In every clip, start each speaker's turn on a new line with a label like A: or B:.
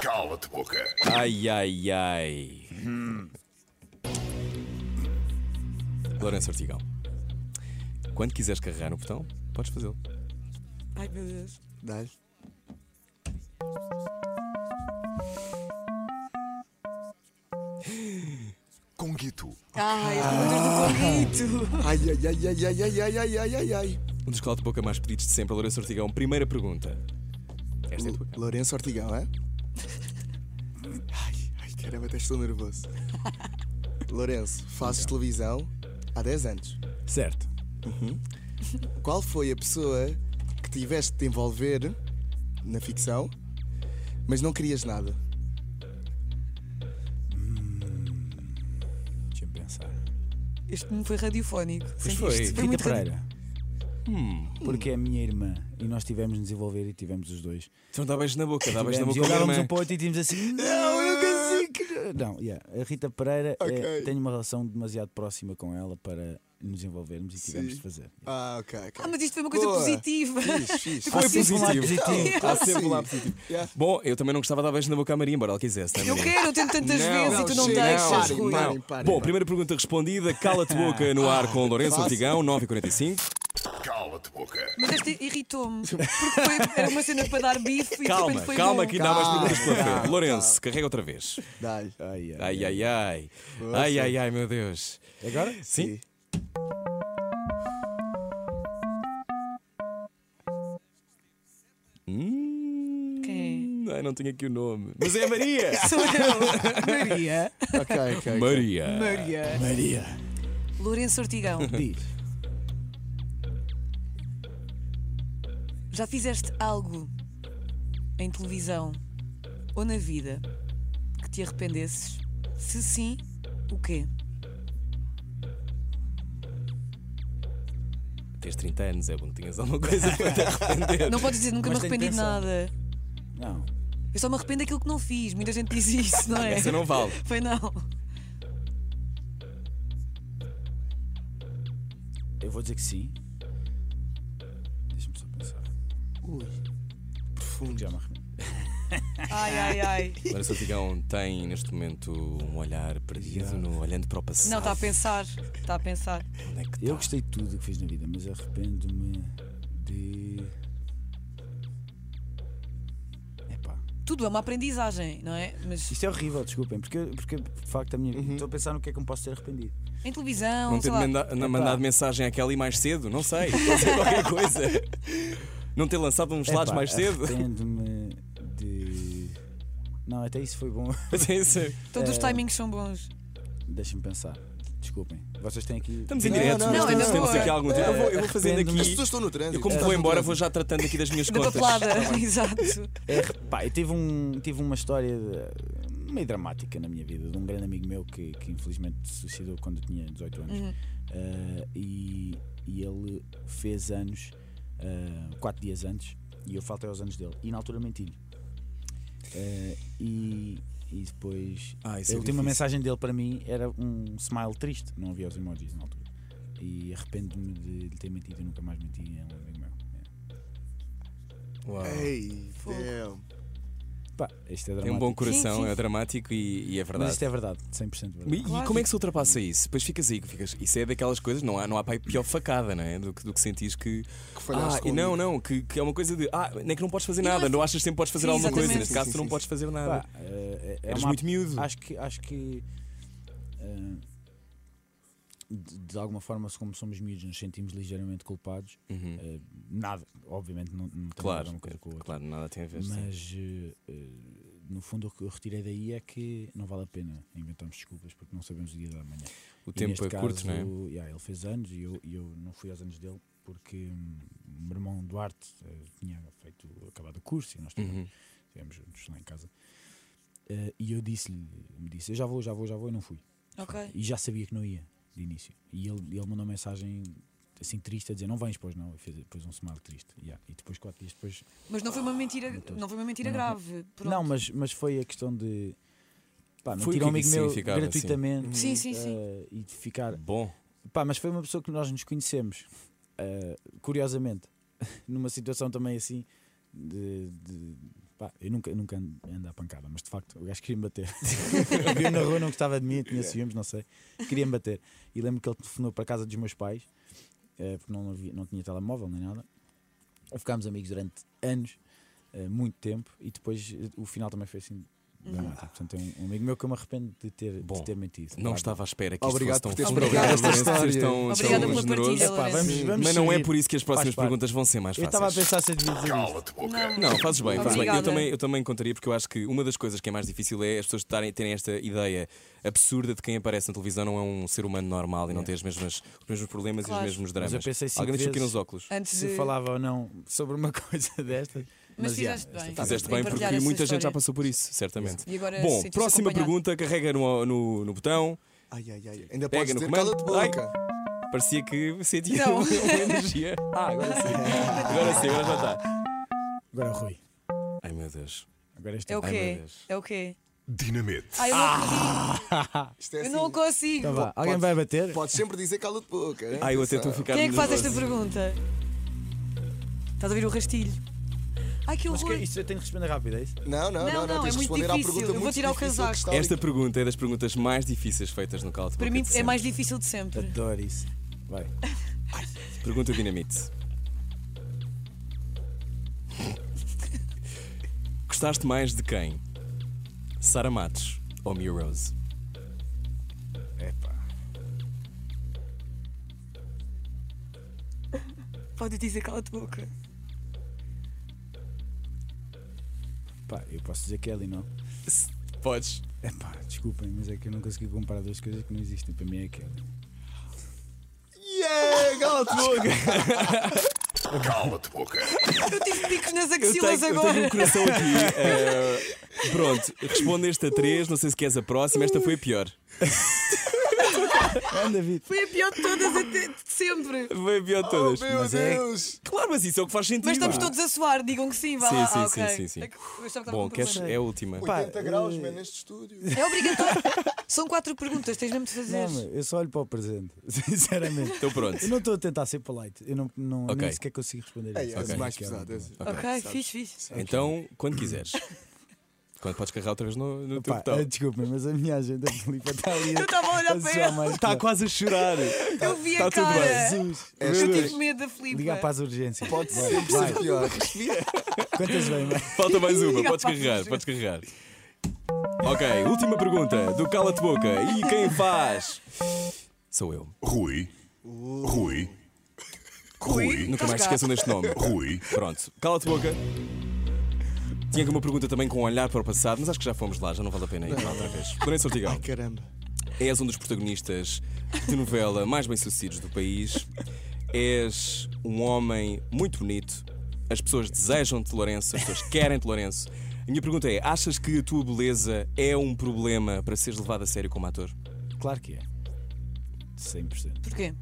A: Cala-te, boca.
B: Ai, ai, ai. Lourenço Ortigão. Quando quiseres carregar no botão, podes fazê-lo.
C: Ai meu Deus.
D: Dá-lhe.
A: Conguito.
C: Ai, as perguntas do Conguito.
D: Ai, ai, ai, ai, ai, ai, ai, ai, ai, ai, ai.
B: Um dos cala de boca mais pedidos de sempre, Lourenço Ortigão. Primeira pergunta. Esta é tua.
D: L- Lourenço Ortigão, é? Ai, ai, caramba, até estou nervoso. Lourenço, fazes
E: Então.
D: televisão há 10 anos.
B: Certo.
D: Qual foi a pessoa que tiveste de te envolver na ficção, mas não querias nada?
E: Deixa-me pensar.
C: Este me foi radiofónico. Sentiste?
B: foi.
E: Rita
C: muito radi-
E: Pereira. Porque é a minha irmã e nós tivemos de nos envolver e tivemos os dois.
B: Então dá beijo na boca, dá beijo na
E: Tivemos,
B: boca
E: e
B: ao meu
E: olhávamos
B: irmão.
E: um para o outro e tínhamos assim. Não, eu consigo. Não, yeah. a Rita Pereira
D: Ok.
E: eh, tenho uma relação demasiado próxima com ela para nos envolvermos e tivemos
D: Sim.
E: de fazer.
D: Ah, ok, ok.
C: Ah, mas isto foi uma coisa
D: Boa.
C: positiva.
D: Fixe, fixe.
B: Foi
E: sempre um lado
B: positivo.
E: positivo.
B: Há
D: Claro que
B: sempre um
D: sim.
B: lado positivo.
D: Yeah.
B: Bom, eu também não gostava de dar beijo na boca à Maria, embora ela quisesse. né,
C: Eu
B: Maria?
C: quero, eu tento tantas vezes e tu não
D: chega,
C: deixas,
D: não,
C: Rui.
D: não. Parem, parem,
B: Bom,
D: parem.
B: primeira pergunta respondida. Cala-te boca no ar com Lourenço Ortigão, 9h45.
A: Cala-te, boca.
C: Mas esta irritou-me. Porque foi, era uma cena para dar bife e de
B: Calma,
C: repente foi
B: calma
C: bom.
B: que ainda há mais perguntas pela
D: Calma,
B: frente. Lourenço, carrega outra vez.
D: Dá-lhe.
E: Ai, ai,
B: Ai, ai, ai. Ai, ai, ai, meu Deus.
E: Agora?
B: Sim? Hum,
C: Quem
B: Ai, não tenho aqui o nome. Mas é a Maria.
C: Sou eu,
E: Maria.
D: Ok, ok, ok.
B: Maria.
C: Maria.
E: Maria.
C: é? Lourenço Ortigão,
E: Diz.
C: já fizeste algo em televisão ou na vida que te arrependesses? Se sim, o quê?
B: Tens 30 anos, é bom que tinhas alguma coisa para te arrepender.
C: Não podes dizer nunca
E: Mas
C: me
E: tenho
C: arrependi de
E: pensado.
C: nada.
E: Não.
C: Eu só me arrependo daquilo que não fiz. Muita gente diz isso, não é?
B: Essa não vale.
C: Foi não.
E: Eu vou dizer que sim. Deixa-me só pensar.
D: Ui,
E: Fundo já me arrependo.
C: Ai, ai, ai.
B: Lourenço Ortigão um, tem neste momento um olhar perdido, no- olhando para o passado.
C: Não, tá está a pensar. Está a pensar.
B: Onde é que
E: Eu
B: tá?
E: gostei de tudo o que fiz na vida, mas arrependo-me de. Epá.
C: Tudo é uma aprendizagem, não é? Mas
E: Isto é horrível, desculpem, porque, porque de facto a minha
B: Uhum.
E: vida. Estou a pensar no que é que me posso ter arrependido.
C: em televisão,
B: Não
C: sei
B: ter
C: lá.
B: manda- na- mandado mensagem à Kelly mais cedo, não sei. Pode ser qualquer coisa. Não ter lançado uns lados
E: Epá,
B: mais cedo.
E: Arrependo-me de. Não, até isso foi bom.
B: Sim, sim.
C: Todos os
E: É.
C: timings são bons.
E: Deixem-me pensar. Desculpem. Vocês têm aqui.
B: Estamos em
D: Não,
B: direto,
D: não,
B: mas
D: não,
B: temos-
D: ainda
B: temos
C: vou.
B: aqui algum tempo. Eu vou, eu vou fazendo
E: Arrependo-me.
D: As
B: aqui.
D: pessoas estão no trânsito.
B: Eu, como
D: Estás
B: vou
D: no
B: embora, vou
D: trânsito.
B: já tratando aqui das minhas
C: Da
B: contas.
C: papelada, exato.
E: É, repá, eu tive, um, tive uma história de- meio dramática na minha vida de um grande amigo meu que, que infelizmente se suicidou quando eu tinha 18 anos. Ah, e, e ele fez anos, 4 dias antes, e eu faltei aos anos dele. E na altura menti-lhe. Ah, e, e depois.
B: Ah, isso
E: a
B: é
E: última
B: difícil.
E: mensagem dele para mim era um smile triste, não havia os emojis na altura. E arrependo-me de lhe ter mentido e nunca mais menti a um amigo meu. É.
B: Uau.
D: Ei,
C: Fogo.
D: damn.
E: Pá, isto é dramático.
B: Tem um bom coração,
C: Sim, sim.
B: é dramático e, e é
E: Mas
B: verdade.
E: isto é verdade, 100% verdade.
B: E, e
C: Claro.
B: como é que se ultrapassa isso? Depois ficas aí, ficas, isso é daquelas coisas, não há, não há pai pior facada, não é? Do que, do que sentis que.
D: Que
B: Ah,
D: falhaste
B: e
D: com
B: não,
D: ele.
B: não, que, que é uma coisa de. Ah, nem que não podes fazer
C: E não
B: nada,
C: é-
B: não achas que sempre podes fazer
C: Sim,
B: alguma coisa.
C: exatamente.
B: Neste
C: Sim,
B: caso,
D: sim,
B: tu não
D: sim,
B: podes fazer nada.
E: Pá, eh, é
B: Eras
E: uma-
B: muito miúdo.
E: Acho que. Acho que eh, de, de alguma forma, se como somos miúdos, nos sentimos ligeiramente culpados.
B: Uhum.
E: Eh, nada, obviamente, não, não tem nada a ver
B: Claro,
E: uma coisa com a outra.
B: claro, nada tem a ver. sim.
E: Mas eh, eh, no fundo, o que eu retirei daí é que não vale a pena inventarmos desculpas porque não sabemos o dia da manhã.
B: o
E: E
B: tempo
E: neste
B: é curto,
E: caso,
B: não é?
E: yeah, ele fez anos e eu, e eu não fui aos anos dele porque hum, o meu irmão Duarte eh, tinha feito, acabado o curso e nós tivemos,
B: Uhum.
E: tivemos juntos lá em casa. Eh, e eu disse-lhe, me disse, eu já vou, já vou, já vou e não fui.
C: Ok.
E: E já sabia que não ia de início. E ele, ele mandou uma mensagem assim triste a dizer, não vens, pois não. E fez depois um smile triste. Yeah. E depois, quatro dias depois,
C: Mas não foi uma mentira, não foi uma mentira
E: Não.
C: grave. Pronto.
E: não, mas, mas foi a questão de. Pá,
B: Foi o
E: não
B: que é
E: tirar um
B: que
E: amigo
B: isso
E: meu
B: significava, sim.
E: gratuitamente
C: Sim, sim,
E: eh, e de ficar.
B: Bom,
E: Pá, mas foi uma pessoa que nós nos conhecemos, eh, curiosamente, numa situação também assim de, de- Pá, eu nunca, nunca ando ando à pancada, mas de facto o gajo queria me bater. Viu na rua, não gostava de mim, conhecíamos, não sei. Queria me bater. E lembro que ele telefonou para a casa dos meus pais, eh, porque não, havia, não tinha telemóvel nem nada. Ficámos amigos durante anos, eh, muito tempo, e depois eh, o final também foi assim. dramático. Portanto, é um, um amigo meu que eu me arrependo de ter,
B: Bom,
E: de ter mentido.
B: Não
E: Claro.
B: estava à espera que isto
D: Obrigado
B: fosse tão
D: por teres
B: fácil.
D: partilhado
B: Obrigado,
D: esta
B: Lourenço,
D: história.
B: vocês estão-
C: Obrigada
B: estão
C: pela
B: generosos.
C: partilha,
E: Epá, vamos,
C: Sim.
E: vamos
B: Mas não é
E: seguir.
B: por isso que as próximas
E: Faz parte.
B: perguntas vão ser mais
E: Eu estava a
B: fáceis.
E: pensar se eu devia dizer isto.
A: Cala-te boca.
B: Não, fazes bem, fazes bem. Eu
C: Obrigada.
B: também, eu também contaria, porque eu acho que uma das coisas que é mais difícil é as pessoas estarem- terem esta ideia absurda de quem aparece na televisão não é um ser humano normal e não tem as mesmas, os mesmos problemas
C: Claro. É.
B: e os mesmos
E: É. Mas
B: dramas.
E: eu pensei cinco
B: Alguém deixou aqui
E: vezes.
B: nos óculos.
C: Antes
E: se
C: de.
E: falava ou não sobre uma coisa destas.
C: Mas
E: já,
C: fizeste
E: esta
C: bem.
E: tá
B: Fizeste
C: Em
B: bem porque
C: partilhar essa
B: muita gente
C: história.
B: já passou por isso, certamente.
C: E agora
B: Bom,
C: senti-se
B: próxima
C: acompanhado.
B: pergunta, carrega no, no, no botão.
D: Ai, ai, ai. Ainda
B: Pega
D: podes
B: no
D: dizer
B: comando.
D: cala-te boca.
B: Parecia que sentia
C: Não.
B: uma energia. Ah, agora sim. Agora sim, agora já está.
E: Agora é o Rui.
B: Ai meu Deus.
E: Agora este
C: É o
B: Ai, meu
C: quê?
B: Deus. Ah,
C: É o quê?
A: Dinamite.
C: Ai, eu não consigo.
D: Isto é
C: Eu
D: assim.
C: não consigo.
E: Então vá,
D: Pode-
E: alguém vai bater?
D: Podes sempre dizer cala-te boca. hein?
B: Ai, Ah, eu até estou a
D: Atenção.
B: ficar.
C: Quem é que faz esta
B: nervoso.
C: pergunta? Estás a ouvir o rastilho? Ai, que
E: Mas que é
C: horror.
E: isso? Eu tenho que responder rápido, é isso?
C: Não,
D: Não, não, não, não,
C: não,
D: tens
C: é
D: de
C: muito
D: responder
C: difícil.
D: à pergunta
C: Eu vou
D: muito
C: tirar o
D: difícil que
C: casaco.
D: está ali.
B: Esta pergunta é das perguntas mais difíceis feitas no Call de
C: Para
B: Boca
C: mim
B: de
C: é
B: sempre.
C: mais difícil de sempre.
E: Adoro isso. Vai.
B: Pergunta Dinamite. Gostaste mais de quem? Sara Matos ou Mia Rose?
E: Epá.
C: Pode dizer cala-te boca.
E: Pá, eu posso dizer Kelly, não?
B: Se- Podes.
E: Epá, desculpem, mas é que eu não consegui comparar duas coisas que não existem. Para mim é Kelly.
D: Yeah, cala-te boca.
A: Cala-te boca.
C: Eu tive picos nas
B: Eu tenho,
C: axilas
B: eu
C: agora.
B: tenho um coração aqui. eh, pronto, respondeste a três, não sei se queres a próxima, esta foi a pior.
E: Anda, Vitor.
C: Foi a pior de todas até de sempre.
B: Foi a pior de
D: Oh,
B: todas.
D: meu
E: mas é-
D: Deus.
B: Claro, mas isso é o que faz sentido.
C: Mas estamos
B: pá.
C: todos a suar, digam que sim, vá
B: Sim,
C: lá.
B: sim,
C: Ah,
B: sim,
C: ok.
B: sim, sim.
C: É que eu achava que estava
B: Bom,
C: com problema.
B: queres, é a última.
E: Pá,
D: 80 graus,
E: eh,
D: man, neste estúdio.
C: É obrigatório. São quatro perguntas, tens mesmo de fazer.
E: Não, meu, eu só olho para o presente. Sinceramente.
B: Então pronto.
E: Eu não estou a tentar ser polite. Eu não, não
B: Ok.
E: nem sequer consigo responder
D: É, é
E: isso. Para mim
D: mais
E: Kelly,
D: pesado.
E: pá.
D: é assim.
C: ok, fixe, fixe.
B: Então, quando quiseres. Quando podes carregar outra vez no, no teu
E: Pá,
B: botão.
E: eh, desculpem, mas a minha agenda de Filipa está ali.
C: Eu estava a olhar para ele.
B: Está quase a chorar.
C: Eu vi
B: Tá
C: a
B: tudo
C: cara.
E: Tá Jesus.
D: É
C: Eu tive medo da
E: Ligar
C: Filipa.
E: para as urgências.
D: Pode
E: Vai,
D: sempre
E: vai.
D: ser pior.
E: Quantas vêm, mãe?
B: Falta mais uma,
C: Liga
B: podes
C: para
B: carregar,
C: a
B: podes carregar. Ok, última pergunta do Cala-te Boca. E quem faz? Sou eu.
A: Rui. Rui. Rui.
B: Nunca mais se esqueçam deste nome.
A: Rui.
B: Pronto, Cala-te Boca. Tinha aqui uma pergunta também com um olhar para o passado, mas acho que já fomos lá, já não vale a pena ir lá outra vez. Lourenço Ortigão,
D: Ai, caramba.
B: és um dos protagonistas de novela mais bem-sucedidos do país. És um homem muito bonito. As pessoas desejam-te, Lourenço. As pessoas querem-te, Lourenço. A minha pergunta é: achas que a tua beleza é um problema para seres levado a sério como ator?
E: Claro que é. 100%.
C: Porquê?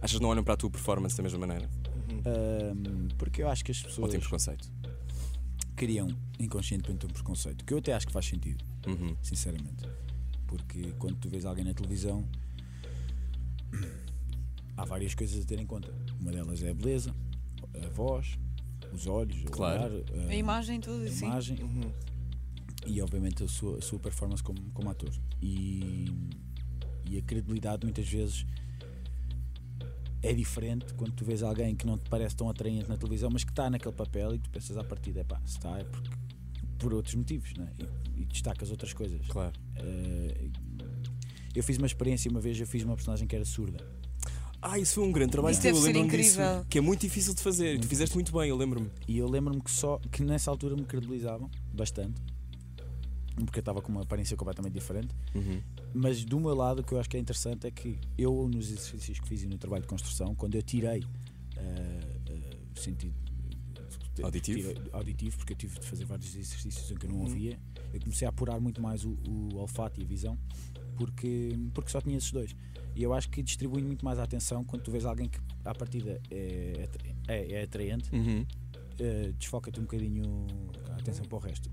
B: Achas que não olham para a tua performance da mesma maneira?
E: Ahm, porque eu acho que as
B: Ou
E: pessoas
B: têm preconceito?
E: criam inconscientemente um preconceito, que eu até acho que faz sentido,
D: Uhum.
E: sinceramente. Porque quando tu vês alguém na televisão, há várias coisas a ter em conta. Uma delas é a beleza, a voz, os olhos, o
B: Claro.
E: olhar, ah,
C: A imagem assim. toda, sim.
E: imagem um, e obviamente a sua, a sua performance como, como ator e, e a credibilidade muitas vezes é diferente quando tu vês alguém que não te parece tão atraente na televisão mas que está naquele papel e tu pensas à partida "Epá, se está é porque por outros motivos né? e, e destacas outras coisas
B: Claro.
E: Eh, eu fiz uma experiência uma vez eu fiz uma personagem que era surda
B: Ah, isso foi um grande trabalho
C: Isso
B: teu,
C: deve ser
B: lembro-me disso,
C: incrível.
B: que é muito difícil de fazer e tu fizeste muito bem, eu lembro-me.
E: E eu lembro-me que só que nessa altura me credibilizavam bastante, porque eu estava com uma aparência completamente diferente. Mas do meu lado, o que eu acho que é interessante é que eu, nos exercícios que fiz e no trabalho de construção, quando eu tirei eh, eh, o sentido eh,
B: Auditivo?
E: tirei- auditivo, porque eu tive de fazer vários exercícios em que eu não ouvia, eu comecei a apurar muito mais o, o olfato e a visão, porque, porque só tinha esses dois. E eu acho que distribui muito mais a atenção quando tu vês alguém que, à partida, é, atra- é, é atraente eh, desfoca-te um bocadinho a atenção para o resto.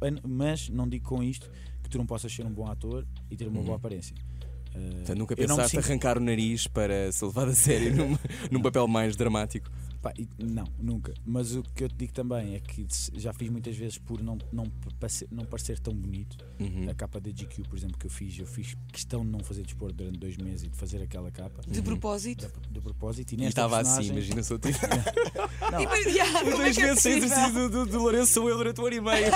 E: N- Mas não digo com isto que tu não possas ser um bom ator e ter uma boa aparência. Eh,
B: Portanto, Uhum. Então, nunca
E: eu não me
B: pensaste
E: sinto-
B: arrancar o nariz para ser levado a sério num, num papel mais dramático?
E: Pá, e- não, nunca. Mas o que eu te digo também é que se- já fiz muitas vezes por não, não, pa- parecer- não parecer tão bonito.
B: Uhum.
E: A capa da GQ, por exemplo, que eu fiz, eu fiz questão de não fazer desporto durante dois meses e de fazer aquela capa.
C: De propósito.
E: Da- De propósito, e
B: E
E: nesta
B: estava assim,
E: personagem-
B: imagina só tipo.
E: Não,
C: E, mas, yeah, como é
B: Dois
C: que é
B: meses sem
C: possível?
B: exercício do, do, do Lourenço sou eu durante um ano e meio.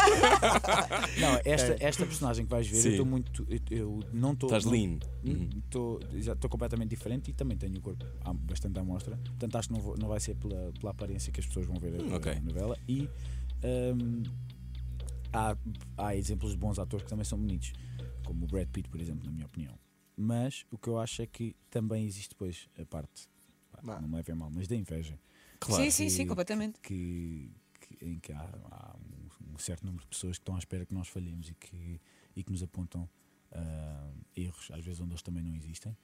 E: não, esta, esta personagem que vais ver,
B: É. Sim.
E: eu estou muito. Eu, eu não estou.
B: Estás Hum.
E: não-
B: lean.
E: Estou já estou completamente diferente e também tenho o corpo à- bastante à mostra. Portanto, acho que não, vou- não vai ser pela, pela aparência que as pessoas vão ver a,
B: Ok.
E: a novela. E hum, há, há exemplos de bons atores que também são bonitos, como o Brad Pitt, por exemplo, na minha opinião. Mas o que eu acho é que também existe depois a parte, pá,
D: Má.
E: não me levem a mal, mas da inveja
C: Sim, sim, sim,
E: que-
C: completamente.
E: que, que- em que há, há um, um certo número de pessoas que estão à espera que nós falhemos e que, e que nos apontam ah, erros, às vezes onde eles também não existem,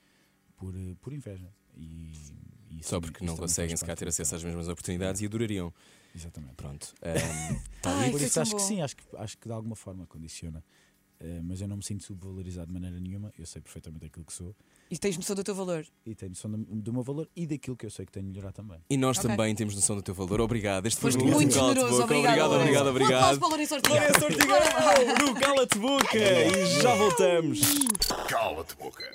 E: por, eh, por inveja. E, e isso
B: Só
E: também-
B: porque
E: isso
B: não
E: também
B: conseguem
E: faz
B: sequer
E: parte
B: ter
E: do
B: acesso às
E: trabalho.
B: mesmas oportunidades e adorariam.
E: Exatamente.
B: Pronto. Ahm,
C: Ai,
E: por
C: foi
E: isso
C: tão
E: acho que
C: bom.
E: sim, acho que, acho que de alguma forma condiciona. Eh, mas eu não me sinto subvalorizado de maneira nenhuma, eu sei perfeitamente aquilo que sou
C: E tens noção do teu valor.
E: e tenho noção do, do meu valor e daquilo que eu sei que tenho de melhorar também.
B: e nós
C: Ok.
B: também temos noção do teu valor. Obrigado. Este foi
C: Foste
B: um
C: muito
B: Cala-te
C: generoso.
B: Boca.
C: Obrigado,
B: obrigado,
C: Lourenço. Um
B: obrigado.
C: aplauso para o Lourenço Ortiga.
B: Lourenço Ortigão, no Cala-te Boca. E já voltamos.
A: Cala-te boca.